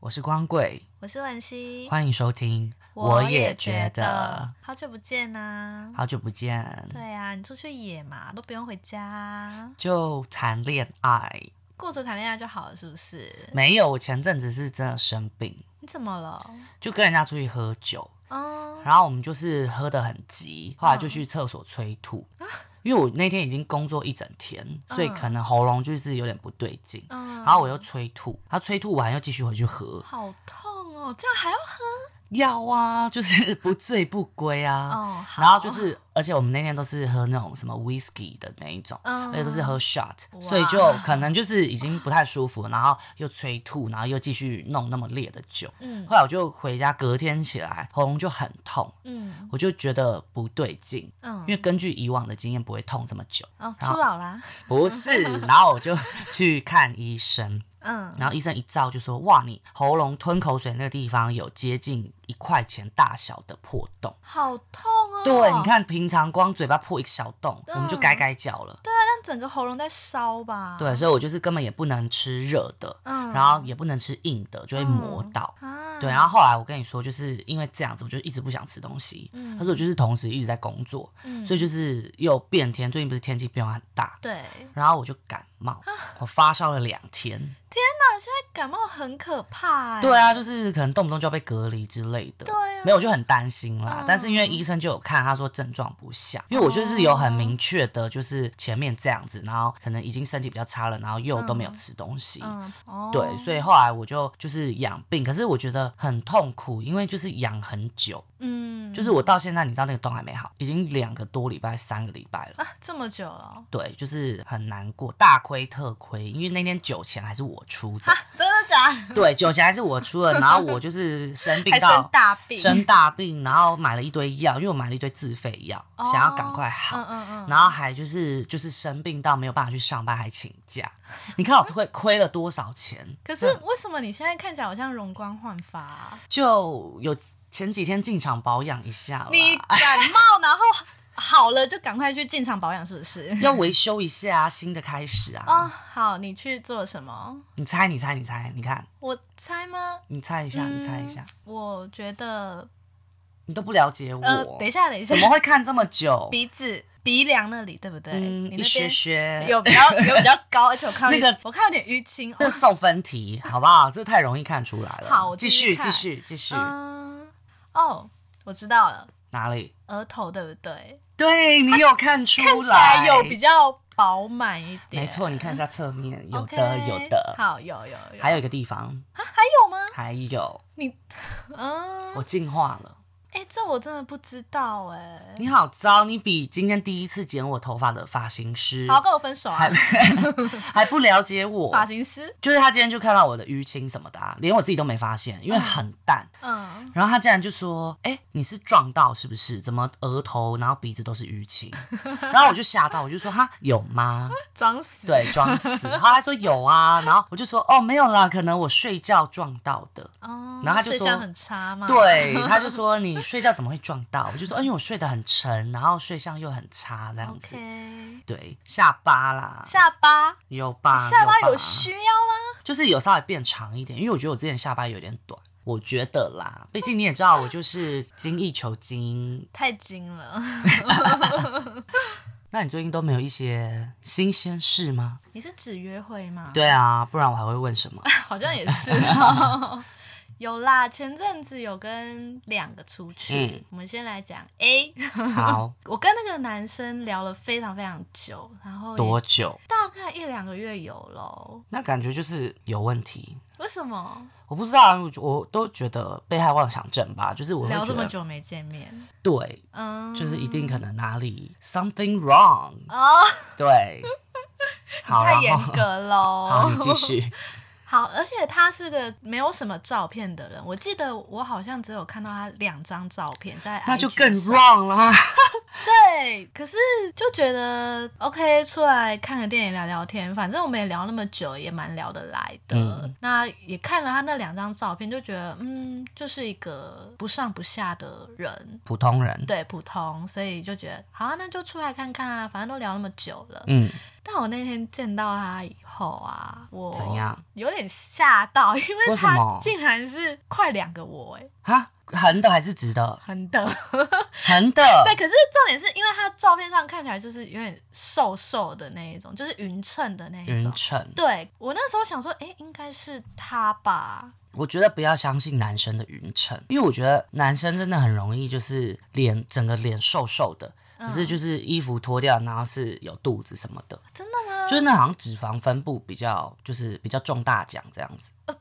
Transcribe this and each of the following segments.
我是光贵，我是文熙，欢迎收听。我也觉得，好久不见呐、好久不见，对啊，你出去野嘛，都不用回家啊，就谈恋爱顾着谈恋爱就好了，是不是？没有？我前阵子是真的生病，你怎么了？就跟人家出去喝酒，嗯，然后我们就是喝得很急，后来就去厕所催吐。因为我那天已经工作一整天，所以可能喉咙就是有点不对劲，嗯然后我又催吐，然后催吐完又继续回去喝，好痛哦，这样还要喝？要啊，就是不醉不归啊。哦好然后就是，而且我们那天都是喝那种什么 whisky 的那一种，嗯而哎且都是喝 shot，哇所以就可能就是已经不太舒服，然后又催吐，然后又继续弄那么烈的酒。嗯后来我就回家，隔天起来喉咙就很痛，嗯我就觉得不对劲，因嗯，为根据以往的经验不会痛这么久，哦，初老啦，不 是。然后我就去看医生，嗯，然后医生一照就说：“哇，你喉咙吞口水那个地方有接近一块钱大小的破洞。好痛哦。对，你，看平常光嘴巴破一个小洞，我们就嗯该该叫了。对啊，但整个喉咙在烧吧？对，所以我就是根本也不能吃热的，嗯然后也不能吃硬的，就会磨到。啊，对，然后后来我跟你说，就是因为这样子，我就一直不想吃东西。他说我就是同时一直在工作，嗯所以就是又变天，最近不是天气变化很大，对，哎然后我就感冒，啊我发烧了两天。那现在感冒很可怕、欸。对啊，就是可能动不动就要被隔离之类的。对啊没有，我就很担心啦。嗯但是因为医生就有看，他说症状不像，因为我就是有很明确的，就是前面这样子，然后可能已经身体比较差了，然后又都没有吃东西。嗯，哦，对，所以后来我就就是养病，可是我觉得很痛苦，因为就是养很久，嗯，就是我到现在你知道那个洞还没好，已经两个多礼拜、三个礼拜了。啊，这么久了，对，就是很难过，大亏特亏，因为那天酒钱还是我出 的，啊真的假的？对，酒钱还是我出的，然后我就是生病还到生大病，生大病，然后买了一堆药，因为我买了一堆自费药，哦想要赶快嗯好。嗯嗯，然后还就是就是生病到没有办法去上班，还请假。你看我亏亏了多少钱？可是为什么你现在看起来好像容光焕发啊、就有前几天进场保养一下啦，你感冒然后好了就赶快去进场保养，是不是？要维修一下啊，新的开始啊。哦，好，你去做什么？你猜，你猜，你猜，你看，我猜吗？你猜一下，嗯你猜一下，我觉得，你都不了解我，呃，等一下，等一下怎，么会看这么 久？鼻子鼻梁那里对不对？嗯，你一那些边些，有 比较有比较高，而且我看到那个我看到有点淤青。哦这送分题，好不好？这太容易看出来了。好我继继续续，继看续，继续，嗯，哦，我知道了，哪里？额头对不对？对你有看出来，看起来有比较饱满一点，没错，你看一下侧面，有 OK，的有的，好，有有有，还有一个地方，啊还有吗？还有你，嗯，我进化了。哎、这我真的不知道哎、你好糟，你比今天第一次剪我头发的发型师好，跟我分手啊还，还不了解发我，型师。就是他今天就看到我的淤青什么的、啊，连我自己都没发现，因为很淡。嗯，然后他竟然就说：“哎、你是撞到是不是？怎么额头然后鼻子都是淤青？” 然后我就吓到，我就说：“哈，有吗？”装死。对，装死。然后他说有啊，然后我就说哦没有啦，可能我睡觉撞到的。哦，然后他就睡说相很差嘛。，对，他就说你睡觉怎么会撞到？我就说，哦因为我睡得很沉，然后睡相又很差这样子。 OK。对，下巴啦，下巴，有吧？下巴有有需要吗？就是有稍微变长一点，因为我觉得我之前下巴有点短，我觉得啦，毕竟你也知道我就是精益求精。太精了。那你最近都没有一些新鲜事 吗？你是指约会吗？，对啊，不然我还会问 什么？好像 也是哦。有啦，前阵子有跟两个出去。嗯我们先来讲 A，好，我跟那个男生聊了非常非常久，然后多也久？大概一两个月有喽。那感觉就是有问题。为什么我不知道，我觉我都觉得被害妄想症吧，就是我会聊这觉么得久没见面？对，嗯，就是一定可能哪里 something wrong，哦， 对，好，太严哦然后格 好，喽你。继 续，好，而且他是个没有什么照片的人，我记得我好像只有看到他两张照片在 IG 上，那就更 wrong 啦。对。可是就觉得 OK，出来看个电影聊聊天，反正我们也聊那么久，也蛮聊得来的。嗯那也看了他那两张照片，就觉得嗯，就是一个不上不下的人。普通人，对，普通，所以就觉得好啊，那就出来看看啊，反正都聊那么久了。嗯，但我那天见到他以后啊，我怎样？有点吓到，因为为什他么竟然是快两个我、哎，哈，横的还是直的？很的。横的，对，可是重点是因为他照片上看起来就是有点瘦瘦的那一种，就是匀称的那一种匀。称。对我那时候想说，哎、应该是他吧？我觉得不要相信男生的匀称，因为我觉得男生真的很容易就是脸整个脸瘦瘦的，嗯可是就是衣服脱掉，然后是有肚子什么的，真的吗？就是那好像脂肪分布比较就是比较中大奖这样子。哦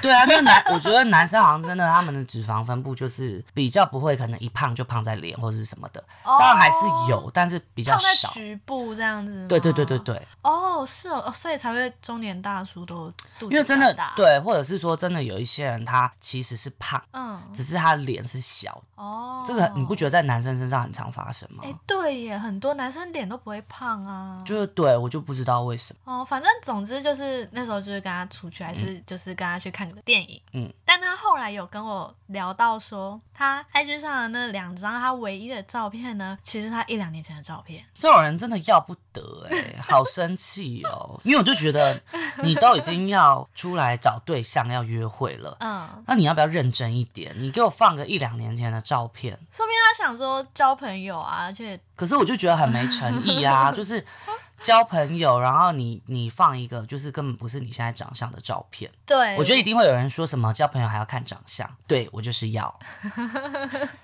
对啊，那男我觉得男生好像真的他们的脂肪分布就是比较不会，可能一胖就胖在脸或是什么的，当然还是有，但是比较哦放在少。局部这样子。对对对对。对，哦，是哦，哦所以才会中年大叔都肚子因为真比较的大。对，或者是说真的有一些人他其实是胖，嗯，只是他脸是小，哦，这个你不觉得在男生身上很常发生吗哎、？对耶，很多男生脸都不会胖啊。就是对我就不知道为什么，哦，反正总之就是那时候就是跟他出去，还是就是跟他去看个电影。嗯，但他后来有跟我聊到说，他 IG 上的那两张他唯一的照片呢，其实他一两年前的照片。这种人真的要不得哎、好生气哦！因为我就觉得你都已经要出来找对象要约会了，嗯，那你要不要认真一点？你给我放个一两年前的照片，说明他想说交朋友啊，而且可是我就觉得很没诚意啊，就是交朋友，然后你你放一个就是根本不是你现在长相的照片，对我觉得一定会有人说什么交朋友还要看长相，对我就是要，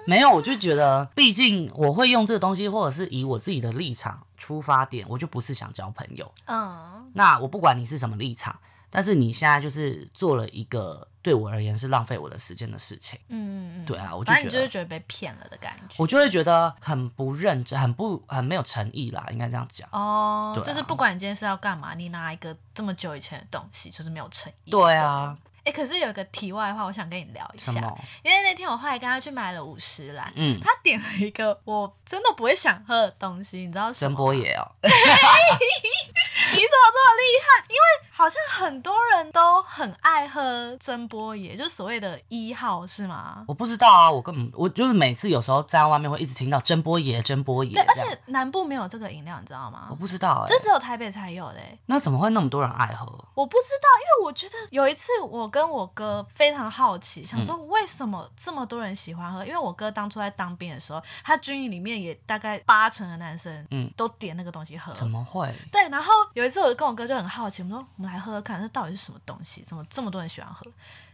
没有我就觉得，毕竟我会用这个东西，或者是以我自己的立场出发点，我就不是想交朋友。嗯，那我不管你是什么立场，但是你现在就是做了一个对我而言是浪费我的时间的事情，嗯嗯嗯，对啊，我就反觉正你就得是。觉得被骗了的感觉。我就会觉得很不认真，很不很没有诚意啦，应该这样讲。哦，对啊就是不管你今天是要干嘛，你拿一个这么久以前的东西，就是没有诚意。对啊，哎、可是有一个题外话，我想跟你聊一什下，么？因为那天我后来跟他去买了五十兰，嗯，他点了一个我真的不会想喝的东西，你知道什曾么？波野哦，你怎么这么厉害？因为好像很多人都很爱喝真波爷，就是所谓的一号是吗？我不知道啊，我根本我就是每次有时候在外面会一直听到真波爷真波爷这对，样，而且南部没有这个饮料，你知道我吗？不知道哎、这只有台北才有嘞、那怎么会那么多人爱喝？我不知道，因为我觉得有一次我跟我哥非常好奇，嗯想说为什么这么多人喜欢喝？因为我哥当初在当兵的时候，他军营里面也大概八成的男生，嗯都点那个东西喝。怎么会？对，然后有一次我就跟我哥就很好奇，我们说我们来喝喝看，这到底是什么东西？怎么这么多人喜欢喝？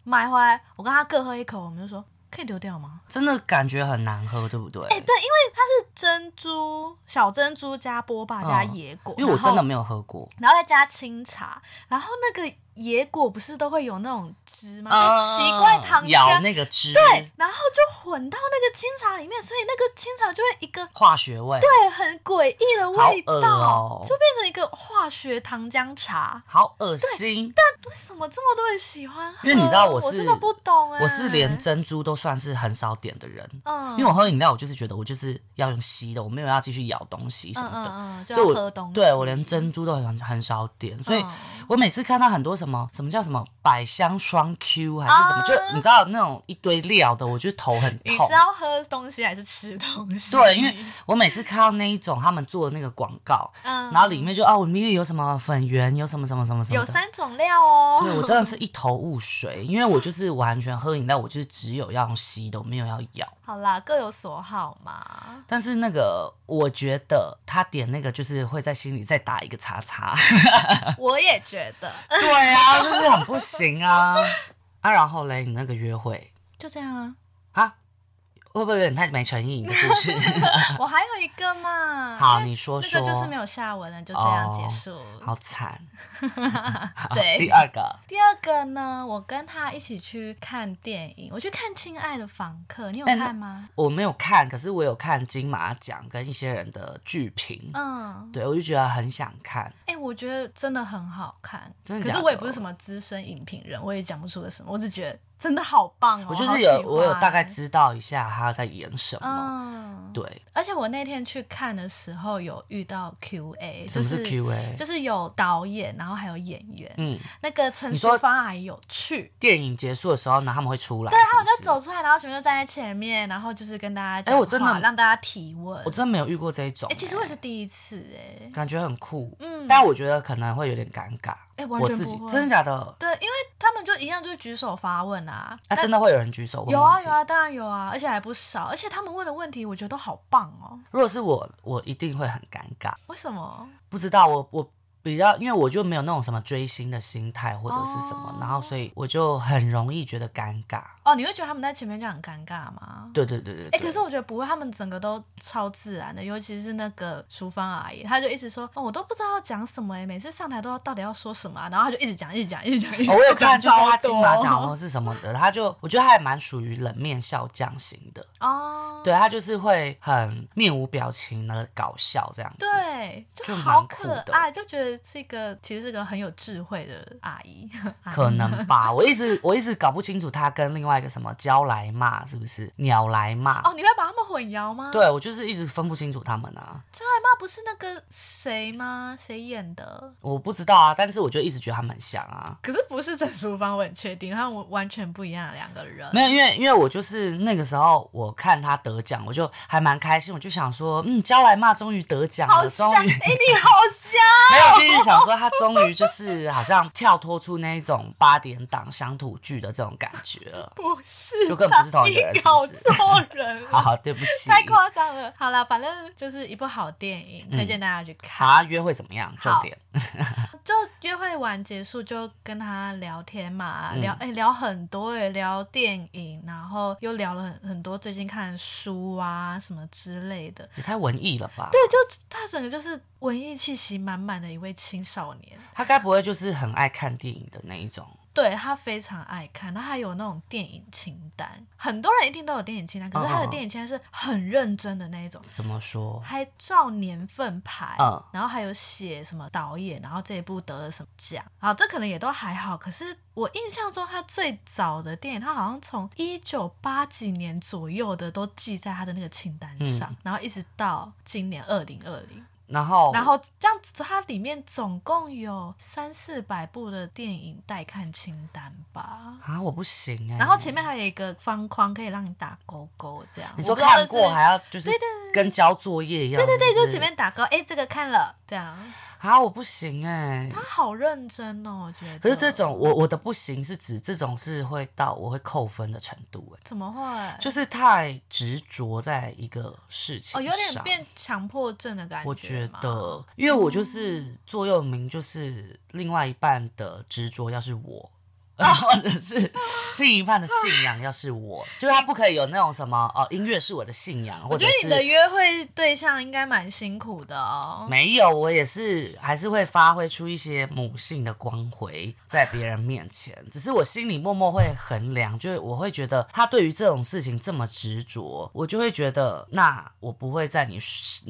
买回来，我跟他各喝一口，我们就说可以丢掉吗？真的感觉很难喝，对不对？哎、对，因为它是珍珠小珍珠加波霸加嗯野果，因为我然后真的没有喝过。然后再加清茶，然后那个野果不是都会有那种汁吗？啊就嗯奇怪糖咬浆，那个汁，对，然后就混到那个清茶里面，所以那个清茶就会一个化学味，对很诡异的味好恶道，哦就变成一个化学糖浆茶。好恶心。为什么这么多人喜欢喝？因为你知道我我是真的不懂哎、我是连珍珠都算是很少点的人，嗯，因为我喝饮料，我就是觉得我就是要用吸的，我没有要继续咬东西什嗯么的。嗯嗯，就所以要我喝东西，对我连珍珠都很很少点，所以嗯我每次看到很多什么什么叫什么百香双 Q 还是什么，啊就你知道那种一堆料的，我就头很你痛是。要喝东西还是吃东西？对，因为我每次看到那一种他们做的那个广告，嗯，然后里面就啊，我米里有什么粉圆，有什么什么什么什么有的。三种料哦。对我真的是一头雾水，因为我就是完全喝饮料，我就是只有要用吸的，我没有要咬。好啦，各有所好嘛。但是那个，我觉得他点那个就是会在心里再打一个叉叉。啊我也觉 得，对啊，就是很不行啊。啊，然后嘞，你那个约会就这样啊。啊，会不会有点太没诚意？你的故 事，我还有一个嘛，好，那你说那说，个就是没有下文了，就这样结束。好惨。好 对第二个第二个呢，我跟他一起去看电影，我去看《亲爱的房客》，你有哎看吗？我没有看，可是我有看金马奖跟一些人的剧评，嗯，对我就觉得很想看。哎、我觉得真的很好看，真的可假是的我也不是什么资深影评人，我也讲不出个什么，我只觉得真的好棒哦！我就是有好喜欢我有大概知道一下他在演什么。嗯，对，而且我那天去看的时候有遇到 Q&A，什就么是 Q&A？就是有导演，然后还有演员。嗯，那个陈你淑说芳阿姨有去，电影结束的时候呢，他们会出来。对，啊他们是不就是走出来，然后全部就站在前面，然后就是跟大家讲哎话，我真的让大家提问。我真的没有遇过这一种、哎、其实欸我也是第一次哎、感觉很酷，嗯，但我觉得可能会有点尴尬。哎完我全自不己会真的假的？对，因为他们就一样就是举手发问啊，啊，真的会有人举手问有啊问题有。啊，当然有啊，而且还不少，而且他们问的问题我觉得都好棒哦。如果是我，我一定会很尴尬。为什么？不知道我我比较，因为我就没有那种什么追星的心态或者是什么，哦然后所以我就很容易觉得尴尬。哦，你会觉得他们在前面这样很尴尬吗？对对对对哎、对。可是我觉得不会，他们整个都超自然的，尤其是那个淑芳阿姨，她就一直说，哦，我都不知道要讲什么哎、每次上台都要到底要说什么、啊，然后她就一直讲，一直讲，一直讲，一直哦我有看，讲就是他超金马多奖或哦是什么哦的，他就我觉得他还蛮属于冷面笑匠型的，哦，对他就是会很面无表情的搞笑这样子。对，就就好蛮酷可的爱，就觉得这个其实是个很有智慧的阿姨， 阿姨可能吧，我一直我一直搞不清楚他跟另外一个什么娇来骂是不是鸟来骂，哦，你会把他们混淆吗？对我就是一直分不清楚他们啊，张海妈不是那个谁吗？谁演的？我不知道啊，但是我就一直觉得他们很像啊，可是不是郑淑芳，我很确定，他们完全不一样的两个人。没有，因为因为我就是那个时候我看他得奖，我就还蛮开心，我就想说，嗯，娇来骂终于得奖好了，终像，哎、于你好像，没有，就是想说他终于就是好像跳脱出那一种八点档乡土剧的这种感觉了，不是，就根本不是同一个人你是不搞是错人好了，好对不起，太夸张了。好啦，反正就是一部好电影，推荐大家去看。好，约会怎么样？重好点。就约会完结束，就跟他聊天嘛，嗯聊哎、聊很多哎、聊电影，然后又聊了很很多最近看的书啊什么之类的。也太文艺了吧？对，就他整个就是文艺气息满满的一位青少年。他该不会就是很爱看电影的那一种？对他非常爱看，他还有那种电影清单，很多人一定都有电影清单，可是他的嗯嗯嗯电影清单是很认真的那一种，怎么说？还照年份排，嗯然后还有写什么导演，然后这一部得了什么奖，好，这可能也都还好。可是我印象中他最早的电影，他好像从一九八几年左右的都记在他的那个清单嗯上，然后一直到今年二零二零，然后，然后这样子，它里面总共有三四百部的电影待看清单吧。啊，我不行哎、然后前面还有一个方框可以让你打勾勾，这样。你我说不知道看是过还要就是跟交作业一样，对对对，是不就是前面打勾，哎，这个看了，这样。啊，我不行哎、他好认真哦，我觉得。可是这种我我的不行是指这种是会到我会扣分的程度哎、怎么会？就是太执着在一个事情哦，有点上变强迫症的感我觉觉吗。嗯得，因为我就是座右铭，就是另外一半的执着要是 我，或者是另一半的信仰要是我，就是他不可以有那种什么哦，音乐是我的信仰，我或觉者得你的是嗯约会对象应该蛮辛苦的哦。没有，我也是还是会发挥出一些母性的光辉在别人面前，只是我心里默默会衡量，就是我会觉得他对于这种事情这么执着，我就会觉得那我不会在你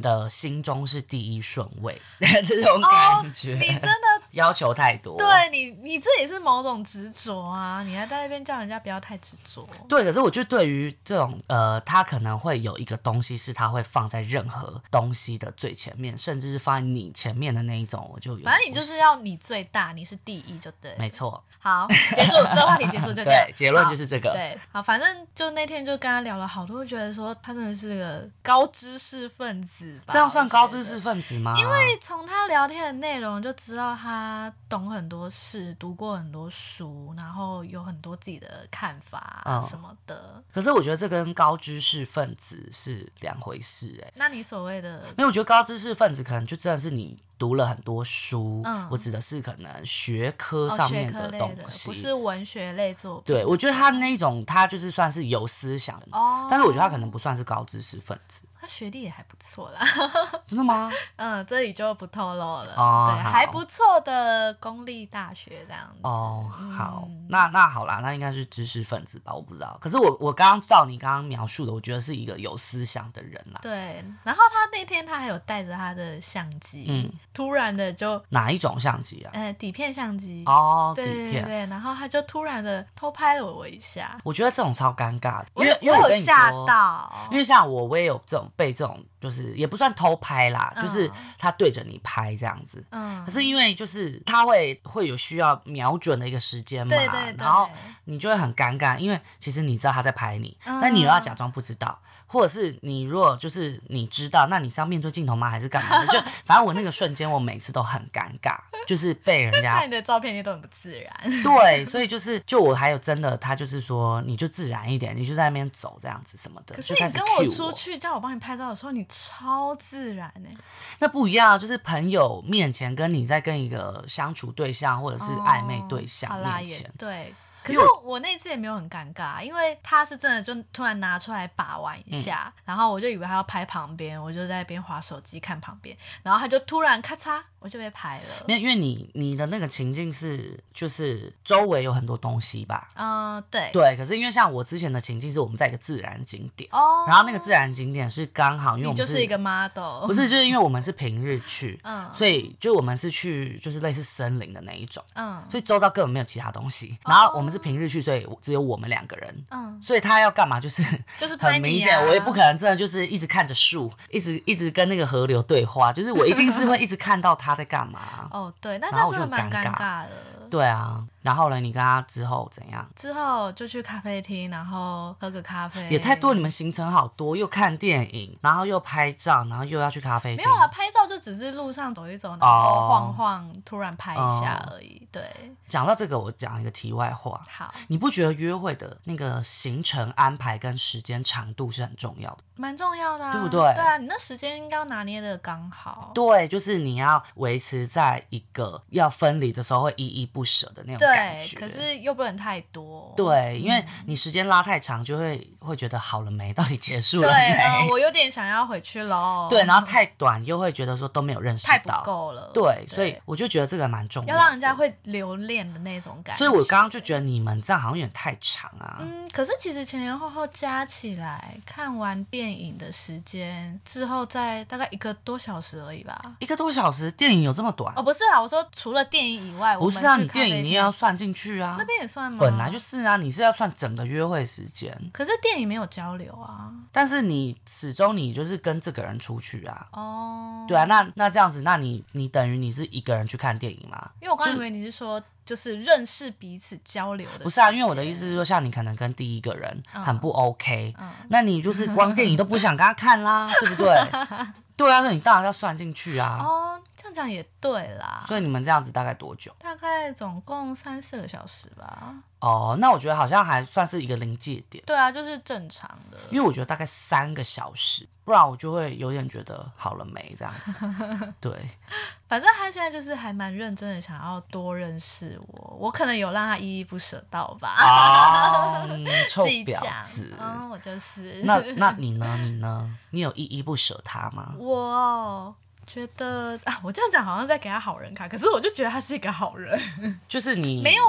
的心中是第一顺位 这种感觉。哦你真的 要求太多。对你，你这也是某种执着啊！你还在那边叫人家不要太执着。对，可是我就对于这种呃，他可能会有一个东西是他会放在任何东西的最前面，甚至是放在你前面的那一种，我就有反正你就是不要你最大，你是第一就对。没错，好，结束这话题，结束就这样 对，。结论就是这个。对，好，反正就那天就跟他聊了好多，我觉得说他真的是个高知识分子吧。这样算高知我觉识得？分子吗？因为从他聊天的内容就知道他懂很多事，读过很多书，然后有很多自己的看法啊嗯什么的。可是我觉得这跟高知识分子是两回事、欸，哎，那你所谓的因为我觉得高知识分子可能就真的是你读了很多书，嗯我指的是可能学科哦，上学面科类东的，西，不是文哦学类作品。对，我觉得他那一种，他就是算是有思想的，哦但是我觉得他可能不算是高知识分子，他学历也还不错啦，真的吗？嗯，这里就不透露了。哦对，好还不错的公立大学这样子。哦，嗯好，那那好啦，那应该是知识分子吧，我不知道。可是我我刚刚照你刚刚描述的，我觉得是一个有思想的人啦。对，然后他那天他还有带着他的相机，嗯突然的就哪一种相机啊？呃底片相机，哦，底对对对片。对，然后他就突然的偷拍了我一下，我觉得这种超尴尬的，因我为有因为我有跟你吓说，到，因为像我，我也有这种被这种，就是也不算偷拍啦，嗯就是他对着你拍这样子。嗯可是因为就是他会会有需要瞄准的一个时间嘛，对对对，然后你就会很尴尬，因为其实你知道他在拍你，嗯但你又要假装不知道，或者是你如果就是你知道，那你是要面对镜头吗？还是干嘛的？就反正我那个瞬间，我每次都很尴尬，就是被人家看你的照片也都很不自 然，对，所以就是就我还有真的，他就是说你就自然一点，你就在那边走这样子什么的，可是就开你始跟 cue 我出去叫我帮你拍照的时候，你超自然哎、那不一样啊，就是朋友面前跟你在跟一个相处对象或者是暧昧对哦象好啦，面前也，对。可因是为我那次也没有很尴尬，因为他是真的就突然拿出来把玩一下，嗯然后我就以为他要拍旁边，我就在那边划手机看旁边，然后他就突然咔嚓，我就被拍了。没有因为你你的那个情境是就是周围有很多东西吧。嗯，对，对，可是因为像我之前的情境是我们在一个自然景点，哦，然后那个自然景点是刚好因为我你们就是一个 model，不是就是因为我们是平日去，嗯所以就我们是去就是类似森林的那一种，嗯所以周遭根本没有其他东西。然后我们是平日哦去，所以只有我们两个人。嗯，所以他要干嘛？就是就是拍很你明显，啊我也不可能真的就是一直看着树，一直一直跟那个河流对话，就是我一定是会一直看到他在干 嘛。哦对，那这然后样我真就的蛮尴尴尬尬的。对啊，然后呢，你跟他之后怎样？之后就去咖啡厅，然后喝个咖啡，也太多，你们行程好多，又看电影，然后又拍照，然后又要去咖啡没厅有。啊，拍照就只是路上走一走，然哦后晃晃，突然拍一下而已。对，讲到这个，我讲一个题外话。好，你不觉得约会的那个行程安排跟时间长度是很重要的？蛮重要的、啊，对不对对啊，你那时间应该要拿捏的刚好。对，就是你要维持在一个要分离的时候会依依不舍的那种感对，觉。可是嗯又不能太多。对，因为你时间拉太长，就会会觉得好了没，到底结束对，了呃，没？我有点想要回去喽。 对，然后太短又会觉得说都没有认识太不到。够了。对，所以我就觉得这个蛮重要要的，让人家。会留恋的那种感觉。所以我刚刚就觉得你们这样好像有点太长啊。嗯，可是其实前前后后加起来，看完电影的时间之后，再大概一个多小时而已吧。一个多小时，电影有这么短？哦，不是啊，我说除了电影以外，我不们是啊，去你咖电啡影你厅也要算进去啊那。边也算吗？本来就，是啊，你是要算整个约会时间，可是电影没有交流啊。但是你始终你就是跟这个人出去啊。哦，对啊，那那这样子，那你你等于你是一个人去看电影吗？因为我刚就以为你是说就是认识彼此交流的，不是啊，因为我的意思，是说，像你可能跟第一个人很不 OK，、嗯那你就是光电影都不想跟他看 啦，对不对？对啊，那你当然要算进去啊。哦，这样讲也对啦。所以你们这样子大概多久？大概总共三四个小时吧。哦，那我觉得好像还算是一个临界点，对啊，就是正常的。因为我觉得大概三个小时，不然我就会有点觉得好了没这样子。 对，反正他现在就是还蛮认真的，想要多认识我。我可能有让他依依不舍到吧。啊、嗯臭 自己婊讲，子。嗯，我就是。那那你呢？你呢？你有依依不舍他吗？我觉得啊，我这样讲好像在给他好人卡，可是我就觉得他是一个好人，嗯就是你没有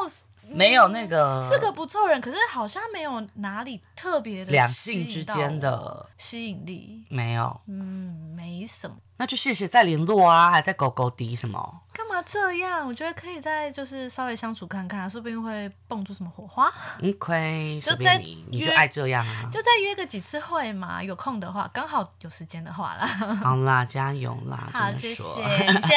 没有那个是个不错人，可是好像没有哪里特别的两性之间的吸引力，没有。嗯，没什么。那就谢谢再联络啊，还在狗狗滴什么？干嘛这样？我觉得可以再就是稍微相处看看，啊说不定会蹦出什么 火花。嗯，亏就随便在你，你就约爱这样啊。就再约个几次会嘛，有空的话，刚好有时间的话啦。好啦，加油啦！好，只能 谢谢。说你现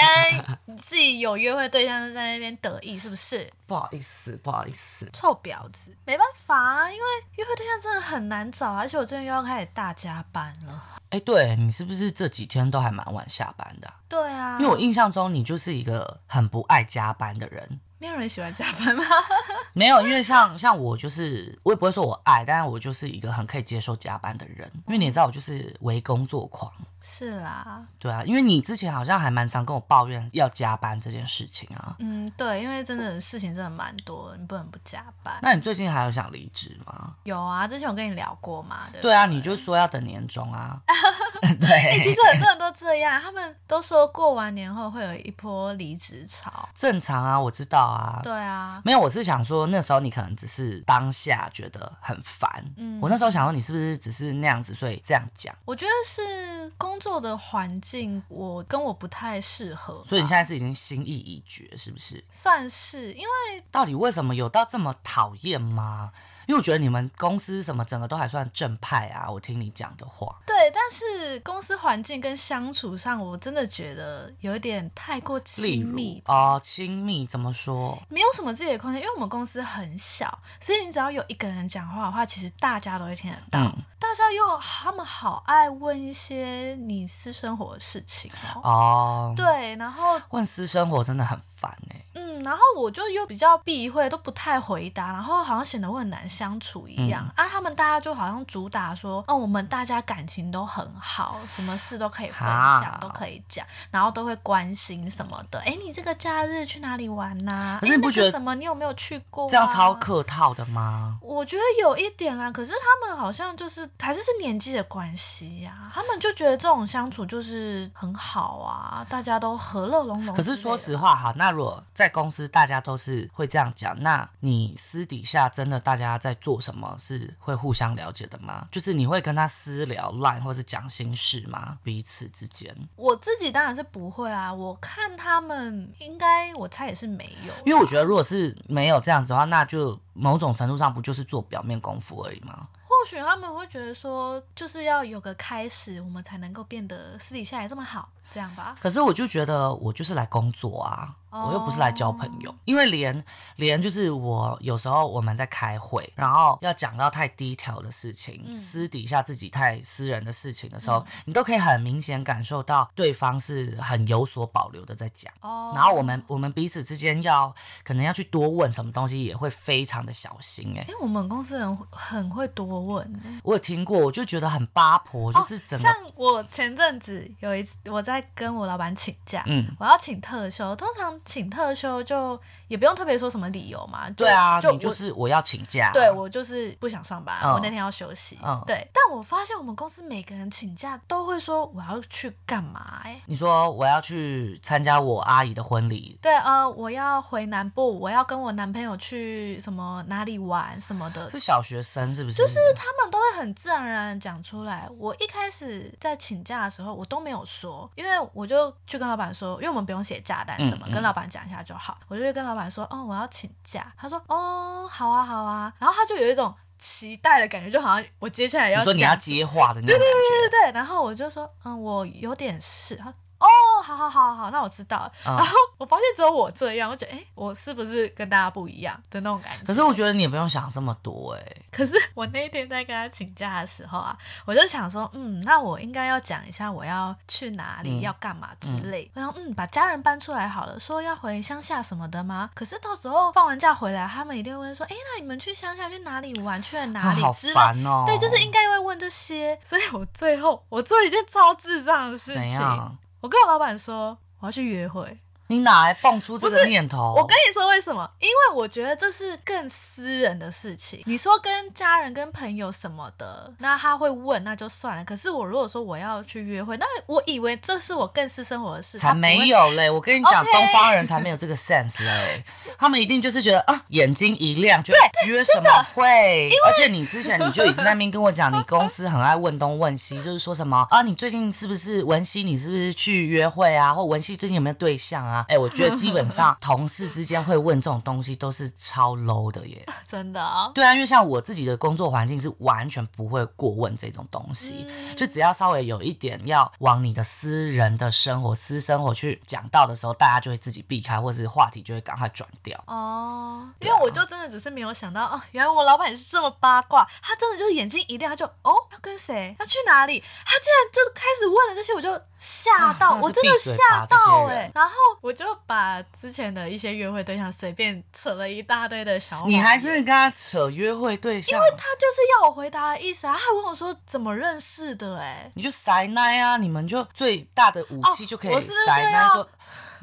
在自己有约会对象在那边得意是不是？不好意思，不好意思。臭婊子，没办法啊，因为约会对象真的很难找啊，而且我最近又要开始大加班了。哎、对你是不是这几天都还蛮晚下班的啊、对啊，因为我印象中你就是一个很不爱加班的人。没有人喜欢加班吗？ 没有，因为像像我就是，我也不会说我爱，但是我就是一个很可以接受加班的人。因为你也知道，我就是为工作狂。是啦，对啊，因为你之前好像还蛮常跟我抱怨要加班这件事情啊。嗯，对，因为真的事情真的蛮多的，你不能不加班。那你最近还有想离职吗？有啊，之前我跟你聊过嘛，对不对啊，你就说要等年终啊。 对，哎、其实很多人都这样，他们都说过完年后会有一波离职潮。正常啊，我知道啊。对啊，没有，我是想说那时候你可能只是当下觉得很烦。嗯我那时候想说你是不是只是那样子，所以这样讲。我觉得是工作的环境，我跟我不太适合吧，所以你现在是已经心意已决，是不是？算是因为到底为什么有到这么讨厌吗？因为我觉得你们公司什么整个都还算正派啊，我听你讲的话。对，但是公司环境跟相处上，我真的觉得有一点太过例亲密如哦，亲密怎么说？没有什么自己的空间，因为我们公司很小，所以你只要有一个人讲话的话，其实大家都会听得到。嗯，大家又他们好爱问一些你私生活的事情哦。哦，对，然后问私生活真的很烦哎、嗯，然后我就又比较避讳，都不太回答，然后好像显得我很难相处一样、嗯啊。他们大家就好像主打说，嗯，我们大家感情都很好，什么事都可以分享啊，都可以讲，然后都会关心什么的。哎，你这个假日去哪里玩呐、可是你诶不那个觉得什么？你有没有去过、啊这样超。客套的吗？我觉得有一点啦，可是他们好像就是还是是年纪的关系呀、他们就觉得这种相处就是很好啊，大家都和乐融融之类的。可是说实话，哈，那如果在公司大家都是会这样讲，那你私底下真的大家在做什么是会互相了解的吗？就是你会跟他私聊烂，或是讲心事吗？彼此之间，我自己当然是不会啊，我看他们应该，我猜也是没有，因为我觉得如果是没有这样子的话，那就某种程度上不就是做表面功夫而已吗？或许他们会觉得说，就是要有个开始，我们才能够变得私底下也这么好，这样吧？可是我就觉得我就是来工作啊，哦我又不是来交朋友。因为连连就是我有时候我们在开会，然后要讲到太低调的事情，私底下自己太私人的事情的时候，你都可以很明显感受到对方是很有所保留的在讲。哦，然后我们我们彼此之间要可能要去多问什么东西，也会非常的小心、欸。因为我们公司人很会多问，我有听过，我就觉得很八婆，就是整个、哦像我前阵子有一次，我在跟我老板请假，嗯，我要请特休，通常请特休就也不用特别说什么理由嘛，就对啊，就你我就是我要请假，对我就是不想上班，嗯我那天要休息。嗯对，但我发现我们公司每个人请假都会说我要去干嘛、欸？哎，你说我要去参加我阿姨的婚礼，对，呃，我要回南部，我要跟我男朋友去什么哪里玩什么的。是小学生是不是？就是他们都会很自然而然地讲出来。我一开始在请假的时候，我都没有说，因为我就去跟老板说，因为我们不用写假单什么，嗯嗯跟老板讲一下就好。我就会跟老板说，哦，我要请假。他说，哦，好啊，好啊。然后他就有一种期待的感觉，就好像我接下来要你说你讲要接话的那种感觉，对，然后我就说，嗯，我有点事。他说哦，好好好好，那我知道了。嗯然后我发现只有我这样，我觉得，哎，我是不是跟大家不一样的那种感觉？可是我觉得你也不用想这么多哎、可是我那一天在跟他请假的时候啊，我就想说，嗯，那我应该要讲一下我要去哪里、嗯要干嘛之类。我想，嗯，把家人搬出来好了，说要回乡下什么的吗？可是到时候放完假回来，他们一定会问说，哎，那你们去乡下去哪里玩？去了啊哪里好之类烦哦、对，就是应该会问这些，所以我最后我做一件超智障的事怎情，样？我跟我老板说我要去约会。你哪来蹦出这不个是念头？我跟你说为什么？因为我觉得这是更私人的事情。你说跟家人、跟朋友什么的，那他会问那就算了。可是我如果说我要去约会，那我以为这是我更私生活的事，他才不没会。有嘞！我跟你讲 OK 东方人才没有这个 sense 嘞，他们一定就是觉得啊，眼睛一亮，觉得约什么会？而且你之前你就已经在那边跟我讲，你公司很爱问东问西，就是说什么啊，你最近是不是文熙？你是不是去约会啊？或文熙最近有没有对象啊？哎、我觉得基本上同事之间会问这种东西都是超 low 的耶。 真的啊、对啊，因为像我自己的工作环境是完全不会过问这种东西，嗯就只要稍微有一点要往你的私人的生活、私生活去讲到的时候，大家就会自己避开，或是话题就会赶快转掉。哦，因为我就真的只是没有想到，哦，原来我老板是这么八卦，他真的就是眼睛一亮，他就哦要跟谁，要去哪里，他竟然就开始问了这些，我就吓到，啊我真真的的是闭嘴吧吓到这些哎、人然后我就把之前的一些约会对象随便扯了一大堆的小谎你言，还真的跟他扯约会对象，他就是要我回答的意思啊，他还问我说怎么认识的哎、你就塞奶啊，你们就最大的武器哦就可以我是不是塞奶、要说。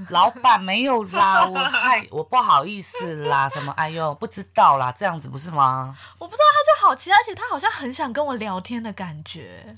老板没有啦， 我害我不好意思啦，什么哎呦不知道啦，这样子不是吗？我不知道，他就好奇，而且他好像很想跟我聊天的感觉，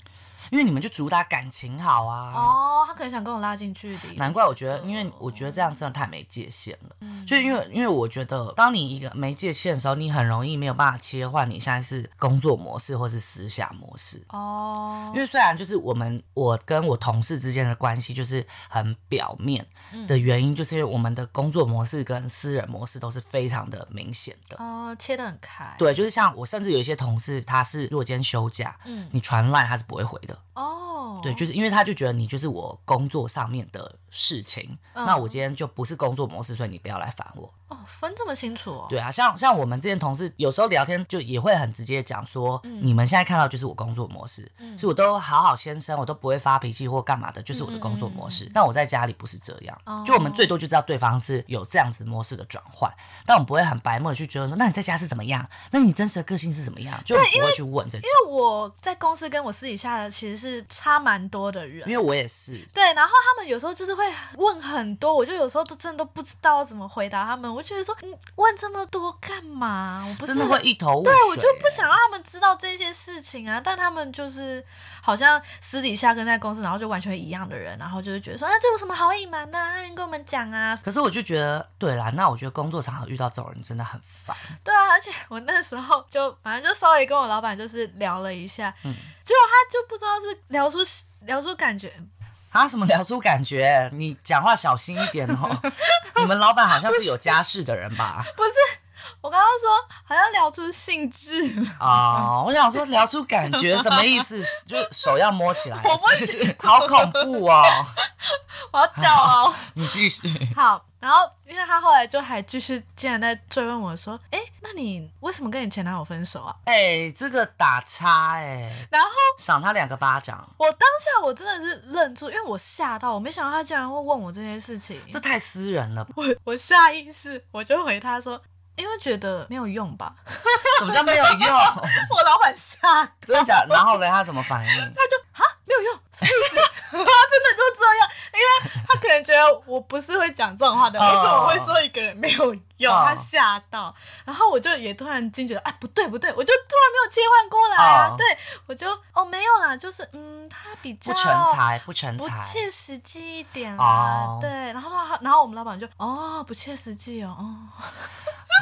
因为你们就主打感情好啊。哦，他可能想跟我拉近距离。难怪我觉得，因为我觉得这样真的太没界限了。嗯就因为因为我觉得，当你一个没界限的时候，你很容易没有办法切换你现在是工作模式或是私下模式。哦，因为虽然就是我们我跟我同事之间的关系就是很表面嗯的原因，就是因为我们的工作模式跟私人模式都是非常的明显的。哦，切得很开。，对，就是像我，甚至有一些同事，他是如果今天休假，嗯，你传赖他是不会回的。哦，对，就是因为他就觉得你就是我工作上面的事情，那我今天就不是工作模式，所以你不要来烦我。嗯哦，分这么清楚哦。对啊，像像我们之前同事有时候聊天就也会很直接讲说，嗯你们现在看到就是我工作模式，所以我都好好先生，我都不会发脾气或干嘛的，就是我的工作模嗯式。但我在家里不是这样，哦就我们最多就知道对方是有这样子模式的转换，但我们不会很白目的去觉得说，那你在家是怎么样？那你真实的个性是怎么样？就我们不会去问这种因，为我在公司跟我私底下的其实是差蛮多的人因。为我也是。对，然后他们有时候就是会问很多，我就有时候都真的都不知道怎么回答他们。我就觉得说，你问这么多干嘛？我不是真的会一头雾水、欸对，我就不想让他们知道这些事情啊。但他们就是好像私底下跟在公司，然后就完全一样的人，然后就是觉得说，啊，这有什么好隐瞒的、啊？你跟我们讲啊。可是我就觉得，对啦，那我觉得工作场合遇到这种人真的很烦。对啊，而且 我那时候就反正就稍微跟我老板就是聊了一下，结果他就不知道是聊出聊出感觉，啊，什么聊出感 觉？你讲话小心一点哦。你们老板好像是有家室的人吧？不是我刚刚说好像聊出兴致了。啊、我想说聊出感觉什么意思？就是手要摸起来， 我不是不是？好恐怖哦！我要叫哦。你继续。好，然后因为他后来就还继续竟然在追问我说，哎，那你为什么跟你前男友分手啊？哎、这个打叉哎、然后赏他两个巴掌，我当下我真的是愣住，因为我吓到，我没想到他竟然会问我这些事情。这太私人了吧。我我下意识我就回他说，因为觉得没有用吧。什么叫没有 用？我老板吓到真的假的？然后呢？他什么反 应？他就啊没有用，什么意思？ 他真的就这样，因为他可能觉得我不是会讲这种话的，哦为什么我会说一个人没有用？哦他吓到，然后我就也突然惊觉，哎，不对不对，我就突然没有切换过来啊，哦对我就哦没有啦，就是嗯，他比较不成才，不成不才。切实际一点啦，哦对，然后他然后我们老板就哦不切实际哦，哦，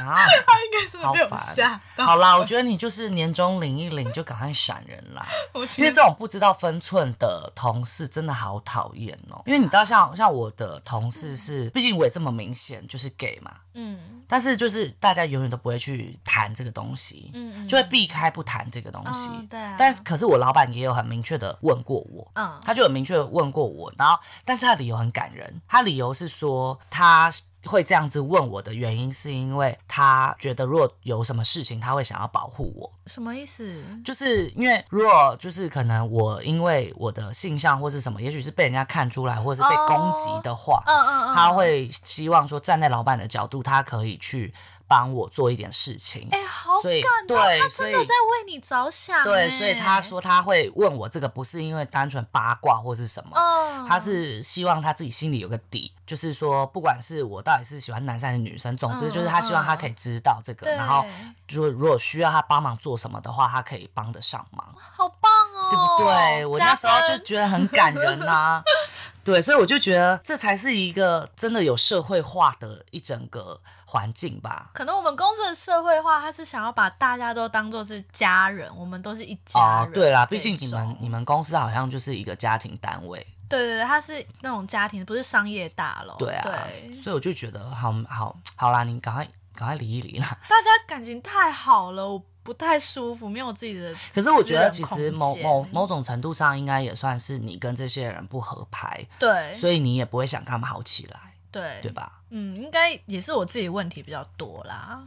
啊！他应该真的好被我烦吓到，好啦，我觉得你就是年终领一领就赶快闪人 啦，我因觉为得这种不知道分寸的同事真的好讨厌哦。因为你知道像，像我的同事是，毕竟我也这么明显就是 gay 嘛，嗯但是就是大家永远都不会去谈这个东西，嗯嗯就会避开不谈这个东西。嗯对啊但可是我老板也有很明确的问过我，嗯他就很明确地问过我，然后但是他的理由很感人，他理由是说他会这样子问我的原因是因为他觉得如果有什么事情，他会想要保护我，什么意思？就是因为如果就是可能我因为我的性向或是什么，也许是被人家看出来，或者是被攻击的话，嗯嗯嗯，他会希望说站在老板的角度，他可以去帮我做一点事情。哎、好所以感动，对他所真以的在为你着想。哎对，所以他，说他会问我这个，不是因为单纯八卦或是什么，嗯，他是希望他自己心里有个底，就是说，不管是我到底是喜欢男生还是女生，总之就是他希望他可以知道这个，哦对然后如果如果需要他帮忙做什么的话，他可以帮得上忙，好棒哦，对不对？我那加时候分就觉得很感人呐、 对，所以我就觉得这才是一个真的有社会化的一整个环境吧。可能我们公司的社会化，他是想要把大家都当做是家人，我们都是一家哦人这种。，对啦，毕竟你们你们公司好像就是一个家庭单位，对对对，他是那种家庭，不是商业大楼。对啊，对所以我就觉得好好好啦，你赶快赶快离一离啦。大家感情太好了，我不太舒服，没有自己的私人空间。可是我觉得，其实某某某种程度上，应该也算是你跟这些人不合拍，对所以你也不会想跟他们好起来，对对，吧？嗯，应该也是我自己问题比较多啦。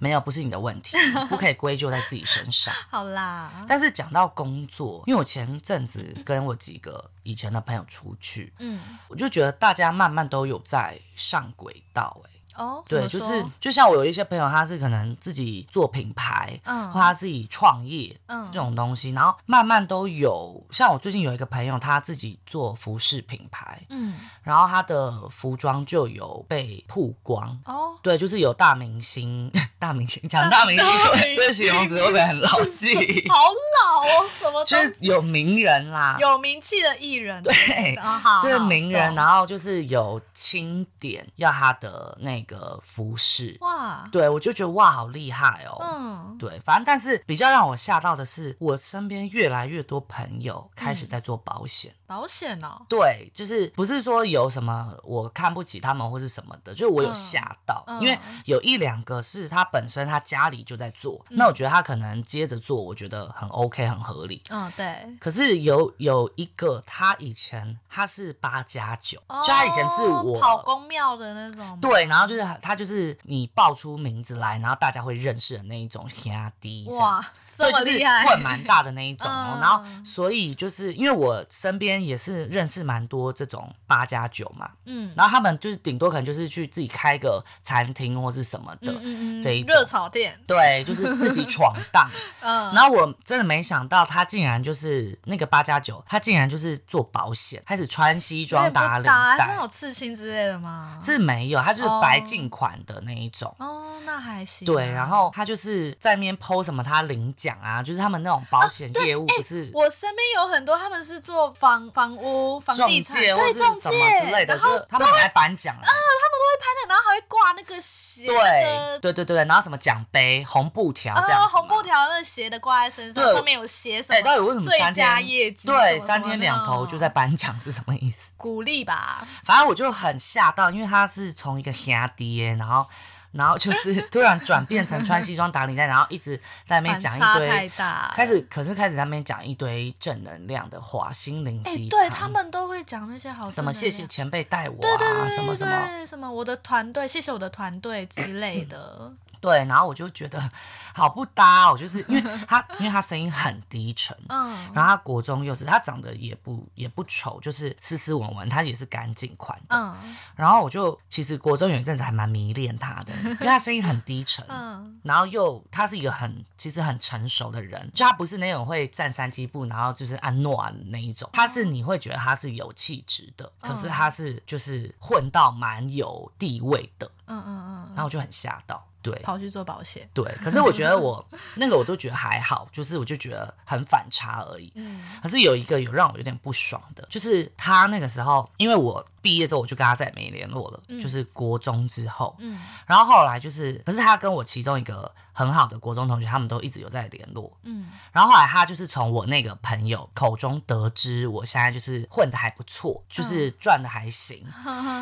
没有，不是你的问题， 不可以归咎在自己身上。好啦，但是讲到工作，因为我前阵子跟我几个以前的朋友出去，嗯，我就觉得大家慢慢都有在上轨道、欸，哦，对，怎就么是说就像我有一些朋友，他是可能自己做品牌，嗯或他自己创业，嗯这种东西，然后慢慢都有。像我最近有一个朋友，他自己做服饰品牌，嗯，然后他的服装就有被曝光。哦，对，就是有大明星， 大明星讲大明星大 明星，这个形容词，我可能很老气 好老哦，什么就都是有名人啦，有名气的艺人，对，对，啊好，就是好名人，懂然后就是有清点要他的那个服饰，哇，对我就觉得哇，好厉害哦。嗯，对，反正但是比较让我吓到的是，我身边越来越多朋友开始在做保险。保险哦，对，就是不是说有什么我看不起他们或是什么的，就是我有吓到，嗯嗯因为有一两个是他本身他家里就在做，那我觉得他可能接着做，我觉得很 OK 很合理。嗯，对，可是有有一个，他以前他是八加九，哦就他以前是我跑公庙的那种吗，对，然后就是他就是你报出名字来，然后大家会认识的那一种压低，哇，这对，么就是厉害，混蛮大的那一种哦。嗯然后，所以就是因为我身边也是认识蛮多这种八加九嘛，嗯，然后他们就是顶多可能就是去自己开个餐厅或是什么的，嗯嗯这一嗯，种热炒店，对，就是自己闯荡。 嗯，然后我真的没想到，他竟然就是那个八加九，他竟然就是做保险，开始穿西装打打啊领身上带，有刺青之类的吗？是没有，他就是白哦净款的那一种。哦，那还行啊。对，然后他就是在面 PO 什么他领奖啊，就是他们那种保险业哎务不是、我身边有很多他们是做房房屋、房中地产，介或对是中什介么之类的，然就后是他们很爱颁奖啊。会拍的，然后还会挂那个鞋对的。对对对，然后什么奖杯、红布条这样啊，子嘛红布。条那个鞋的挂在身上，对上面有写什哎，到么底为什么最三佳天业绩什么？对什么三天两头就在那种颁奖是什么意思？鼓励吧？反正我就很吓到，因为他是从一个瞎爹，然后然后就是 突然转变成穿西装打领带，然后一直在那边反讲差一太堆，大，开始可是开始在那边讲一堆正能量的话，心灵哎鸡，对汤他们都会讲那些好什正能么谢谢量前辈带我啊，对对对对什么什么，对什么我的团队，谢谢我的团队之类的。对，然后我就觉得 好不搭哦，就是因为 他因为他声音很低沉，嗯然后他国中又是他长得也不也不丑，就是斯斯文文，他也是干净款的。嗯然后我就其实国中有一阵子还蛮迷恋他的，因为他声音很低沉。嗯，然后又他是一个很其实很成熟的人，就他不是那种会站三七步，然后就是按诺啊那一种，他是你会觉得他是有气质的，可嗯是他是就是混到蛮有地位的，嗯嗯嗯，然后我就很吓到，对。跑去做保险。对，可是我觉得我那个我都觉得还好，就是我就觉得很反差而已。嗯可是有一个有让我有点不爽的，就是他那个时候，因为我毕业之后我就跟他再也没联络了，就是国中之后，嗯然后后来就是，可是他跟我其中一个很好的国中同学，他们都一直有在联络。嗯然后后来他就是从我那个朋友口中得知，我现在就是混的还不错，就是赚的还行。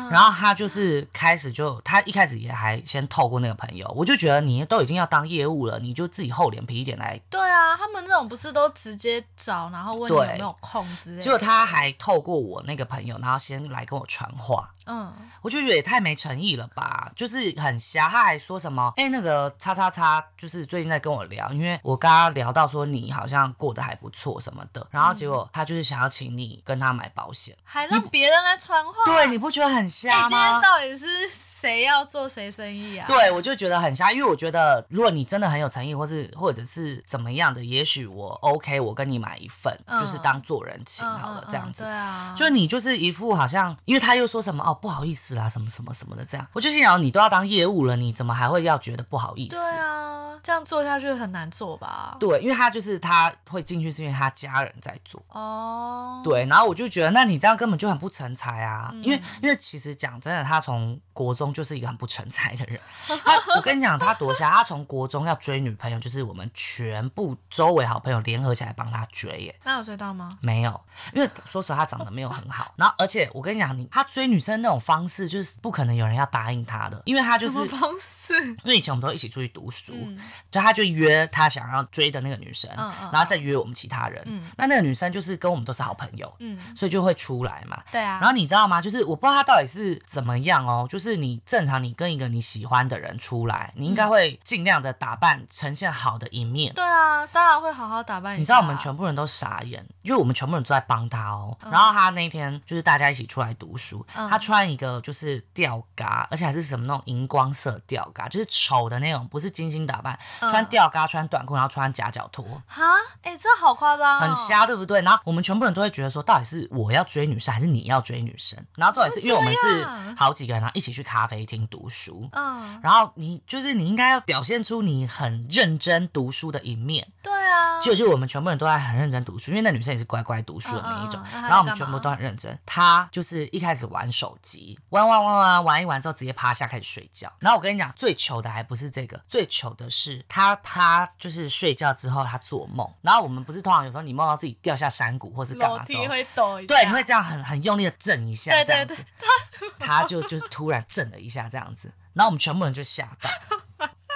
然后他就是开始就他一开始也还先透过那个朋友，我就觉得你都已经要当业务了，你就自己厚脸皮一点来。 对啊，他们那种不是都直接找，然后问你有对没有空之类的。结果他还透过我那个朋友，然后先来跟我传话，嗯，我就觉得也太没诚意了吧，就是很瞎。他还说什么？哎、那个叉叉叉，就是最近在跟我聊，因为我跟他聊到说你好像过得还不错什么的，然后结果他就是想要请你跟他买保险。还让别人来传话。对，你不觉得很哎、瞎今天吗？到底是谁要做谁生意啊？对，我就觉得很瞎，因为我觉得如果你真的很有诚意，或是或者是怎么样的，也许我 OK，我跟你买一份，嗯就是当做人情嗯，好了，嗯这样子。嗯对啊，就你就是一副好像，因为他又说什么哦不好意思啦，什么什么什么的这样，我就心想你都要当业务了，你怎么还会要觉得不好意思？对啊，这样做下去很难做吧？对因为他就是他会进去是因为他家人在做。哦，，对，然后我就觉得，那你这样根本就很不成才啊！嗯因为因为其实讲真的，他从国中就是一个很不成才的人。 他我跟你讲，他多瞎！他从国中要追女朋友，就是我们全部周围好朋友联合起来帮他追耶。那有追到吗？没有，因为说实话，他长得没有很好。然后，而且我跟你讲，你他追女生那种方式，就是不可能有人要答应他的，因为他就是什么方式？因为以前我们都一起出去读书，嗯就他就约他想要追的那个女生，嗯嗯然后再约我们其他人。嗯那那个女生就是跟我们都是好朋友，嗯，所以就会出来嘛。对啊，然后你知道吗？就是我不知道他到底是怎么样哦。就是你正常，你跟一个你喜欢的人出来，你应该会尽量的打扮，呈现好的一面。对啊，当然会好好打扮一下。你知道我们全部人都傻眼，因为我们全部人都在帮他哦。然后他那一天就是大家一起出来读书，嗯他穿一个就是吊嘎，而且还是什么那种荧光色吊嘎，就是丑的那种，不是精心打扮，嗯穿吊嘎、穿短裤，然后穿夹脚拖，哈，哎、这好夸张、哦，很。瞎，对不对？然后我们全部人都会觉得说，到底是我要追女生，还是你要追女生？然后重点是因为我们哦这是样好几个人，然后一起去咖啡厅读书。嗯，然后你就是你应该要表现出你很认真读书的一面，对啊，就就我们全部人都在很认真读书，因为那女生也是乖乖读书的那一种嗯嗯嗯。那她在然后我们全部都很认真。她就是一开始玩手机，玩玩玩玩玩一玩之后直接趴下开始睡觉。然后我跟你讲，最糗的还不是这个，最糗的是她趴就是睡觉之后她做梦。然后我们不是通常有时候你梦到自己掉下山谷或是干楼嘛的时梯候，会抖一下，对，你会这样很很用力的震一下，对这样对子对。， 他就就是突然震了一下这样子，然后我们全部人就吓到，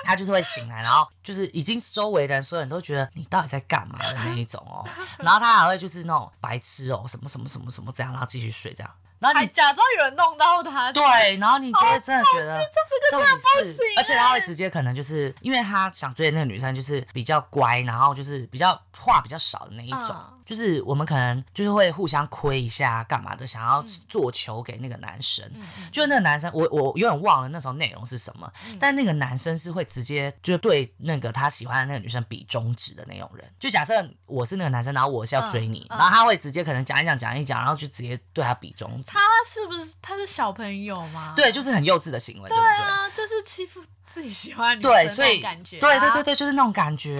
他就是会醒来，然后就是已经周围的人所有人都觉得你到底在干嘛的那一种 哦，然后他还会就是那种白痴哦，什么什么什么什么这样，然后继续睡这样，然后还你假装有人弄到他。对，然后你就会真的觉得。这这到个底真的不是行、欸而且他会直接可能就是因为他想追的那个女生就是比较乖，然后就是比较话比较少的那一种，嗯就是我们可能就是会互相亏一下干嘛的，想嗯要做球给那个男生。就那个男生，我我有点忘了那时候内容是什么，嗯但那个男生是会直接就对那个他喜欢的那个女生比中指的那种人。就假设我是那个男生，然后我是要追你，嗯嗯然后他会直接可能讲一讲讲一讲，然后就直接对他比中指。他是不是他是小朋友吗？对，就是很幼稚的行为，对对不对？啊，就是欺负自己喜欢的女对，生所那以种感觉、啊。对对对对，就是那种感觉。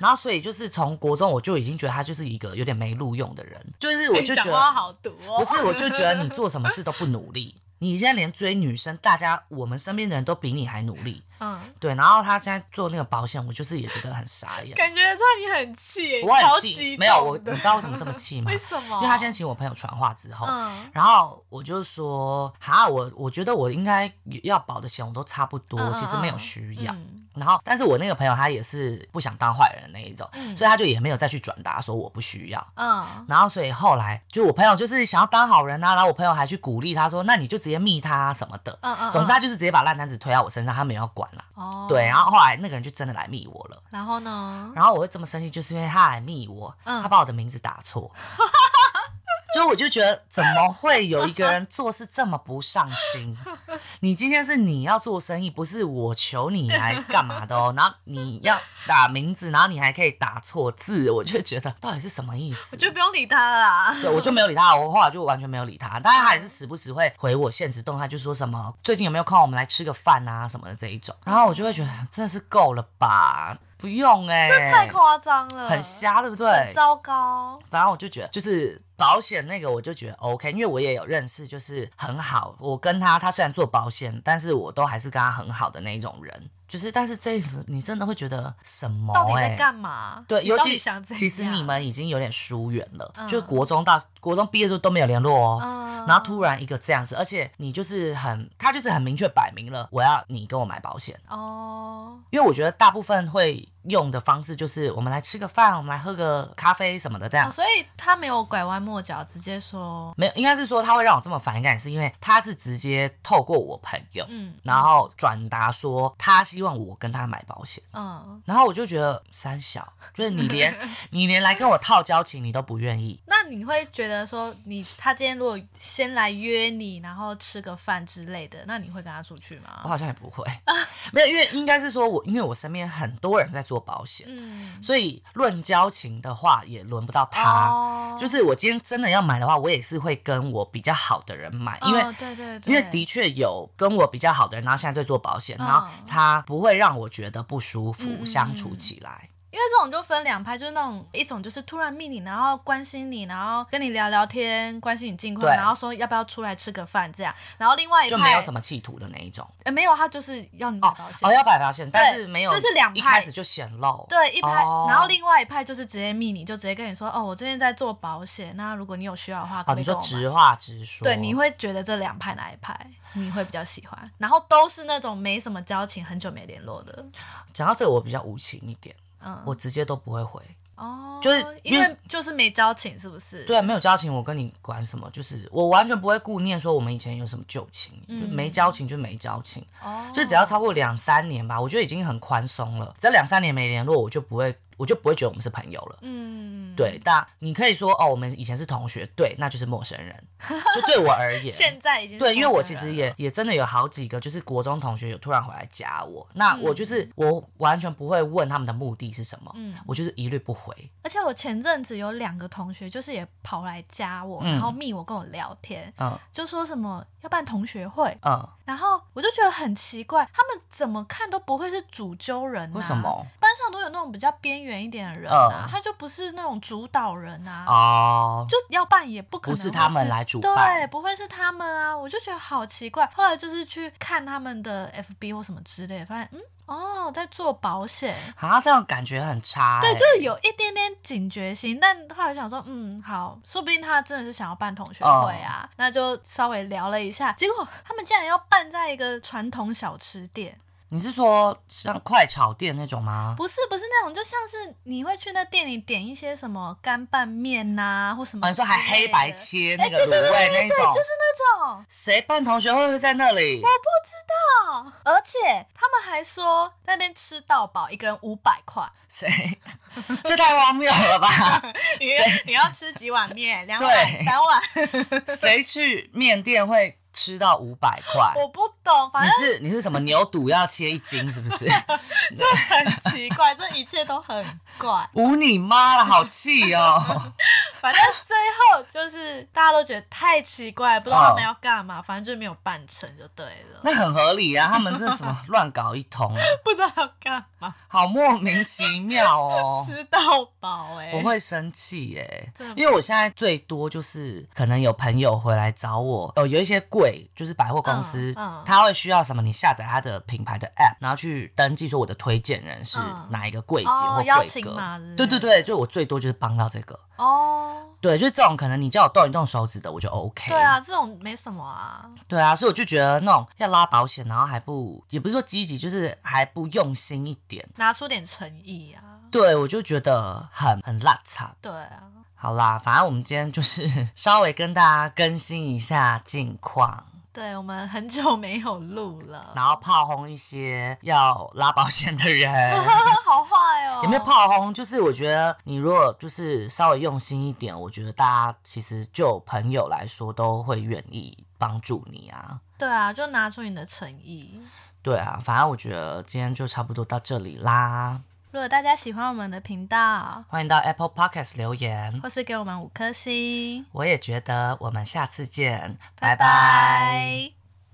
然后所以就是从国中我就已经觉得他就是一个有点没录用的人，就是我哎你就觉讲话得好毒哦。不是，我就觉得你做什么事都不努力，你现在连追女生，大家我们身边的人都比你还努力。 嗯，对，然后他现在做那个保险，我就是也觉得很傻眼，感觉出来你很气，欸我超很激气。动没有我，的你知道为什么这么气吗？为什么？因为他先请我朋友传话之后，嗯然后我就说，哈，我我觉得我应该要保的险我都差不多，嗯嗯其实没有嗯需要。嗯然后，但是我那个朋友他也是不想当坏人那一种，嗯所以他就也没有再去转达说我不需要。嗯然后，所以后来就我朋友就是想要当好人啊，然后我朋友还去鼓励他说，那你就直接密他啊什么的。嗯嗯，总之，他就是直接把烂摊子推到我身上，他没有要管啦、哦对，然后后来那个人就真的来密我了，然后呢？然后我会这么生气，就是因为他来密我，嗯他把我的名字打 错。所以我就觉得，怎么会有一个人做事这么不上心？ 你今天是你要做生意，不是我求你来干嘛的哦。然后你要打名字，然后你还可以打错字，我就觉得到底是什么意思我？就不用理他了啦。对，我就没有理他，我后来就完全没有理他。但他还是时不时会回我现实动态，就说什么最近有没有空，我们来吃个饭啊什么的这一种。然后我就会觉得真的是够了吧，不用哎、这太夸张了，很瞎，对不嗯很对？糟糕。反正我就觉得，就是保险那个，我就觉得 OK，因为我也有认识，就是很好。我跟他，他虽然做保险，但是我都还是跟他很好的那一种人。就是，但是这一次你真的会觉得什么、欸？到底在干嘛？对，你尤到其底想怎其实样你，们已经有点疏远了，嗯就国中到国中毕业之后都没有联络哦。嗯然后突然一个这样子，而且你就是很，他就是很明确摆明了，我要你跟我买保险，哦，因为我觉得大部分会用的方式就是我们来吃个饭，我们来喝个咖啡什么的这样哦，。所以他没有拐弯抹角，直接说，没有，应该是说他会让我这么反感，是因为他是直接透过我朋友，嗯然后转达说他希望我跟他买保险，嗯，然后我就觉得三小，就是你 连你连来跟我套交情你都不愿意，那你会觉得说你，他今天如果先来约你，然后吃个饭之类的，那你会跟他出去我吗？好像也不会，嗯 没有，因为应该是说我因为我身边很多人在做保险，嗯，所以论交情的话也轮不到他。哦就是我今天真的要买的话，我也是会跟我比较好的人买，因为哦对对对，因为的确有跟我比较好的人，然后现在在做保险，嗯然后他不会让我觉得不舒服，嗯嗯相处起来。因为这种就分两派，就是那种一种就是突然密你，然后关心你，然后跟你聊聊天，关心你近况，对然后说要不要出来吃个饭这样。然后另外一就派没有什么企图的那一种。呃没有，他就是要你买保险。哦，要摆保险，但是没有，这是两派一开始就显露。对一派，哦然后另外一派就是直接密你，就直接跟你说，哦，我最近在做保险，那如果你有需要的话，哦，可不可你以跟就我买直哦话直说。对，你会觉得这两派哪一派你会比较喜欢？然后都是那种没什么交情、很久没联络的，讲到这个，我比较无情一点，嗯，我直接都不会回。哦，就是因因为为就是没交情，是不是？对，没啊有交情，我跟你管什么？就是我完全不会顾念说我们以前有什么旧情，就没交情就没交情，嗯哦，就只要超过两三年吧，我觉得已经很宽松了。只要两三年没联络，我就不会，我就不会觉得我们是朋友了。嗯，对，但你可以说哦，我们以前是同学，对，那就是陌生人。就对我而言， 现在已经是对，因为陌我其生实人也也真的有好几个，就是国中同学有突然回来加我，那我就是、嗯我完全不会问他们的目的是什么，我就是一律不回。而且我前阵子有两个同学，就是也跑来加我，然后密我跟我聊天，嗯就说什么要办同学会，嗯，然后我就觉得很奇怪，他们怎么看都不会是主揪人、啊，为什？么？班上都有那种比较边缘一点的人啊，嗯他就不是那种主导人啊，哦，就要办也不可能不是会他们来主办对，不会是他们啊，我就觉得好奇怪。后来就是去看他们的 FB 或什么之类，发现嗯，哦，在做保险，啊，这样感觉很差、欸。对，就是有一点点警觉心。但后来想说，嗯，好，说不定他真的是想要办同学会哦啊，那就稍微聊了一下。结果他们竟然要办在一个传统小吃店，你是说像快炒店那种吗？不是不是那种，就像是你会去那店里点一些什么干拌面呐、或什么啊，你之类的，说还黑白切那哎，个对对卤对对味那对一对，种就，是那种。谁办同学会会在那里？哦，而且他们还说那边吃到饱，一个人五百 块。谁？这太荒谬了吧！你你要吃几碗面？两对三碗？谁去面店会吃到五百块？ 我不懂，反你正是你是什么牛肚要切一斤是不 是？就很奇怪，这一切都很怪。捂你妈了，好气哦！反正最后就是大家都觉得太奇怪，不知道他们要干嘛，反正就没有办成就对了，哦那很合理啊，他们这什么乱搞一通啊，不知道要干嘛，好莫名其妙 哦。吃到饱哎、我会生气耶、真的吗因为我现在最多就是可能有朋友回来找我，呃，有一些柜就是百货公司，嗯嗯他会需要什么，你下载他的品牌的 app，然后去登记说我的推荐人是嗯哪一个柜姐哦或邀柜请哥。码之类对对对，就我最多就是帮到这个。哦。对，就是这种可能你叫我动一动手指的，我就 OK。对啊，这种没什么啊，对啊，所以我就觉得那种要拉保险，然后还不也不是说积极，就是还不用心一点。拿出点诚意啊，对，我就觉得很很烂惨。对啊，好啦，反正我们今天就是 稍微跟大家更新一下近况，对我们很久没有录了， 然后炮轰一些要拉保险的人。 好坏哦，有没有炮轰？就是我觉得你如果就是稍微用心一点，我觉得大家其实就朋友来说都会愿意帮助你啊。对啊，就拿出你的诚意。对啊，反正我觉得今天就差不多到这里啦。如果大家喜欢我们的频道，欢迎到 Apple Podcast 留言，或是给我们五颗星，我也觉得我们下次见，拜拜。拜拜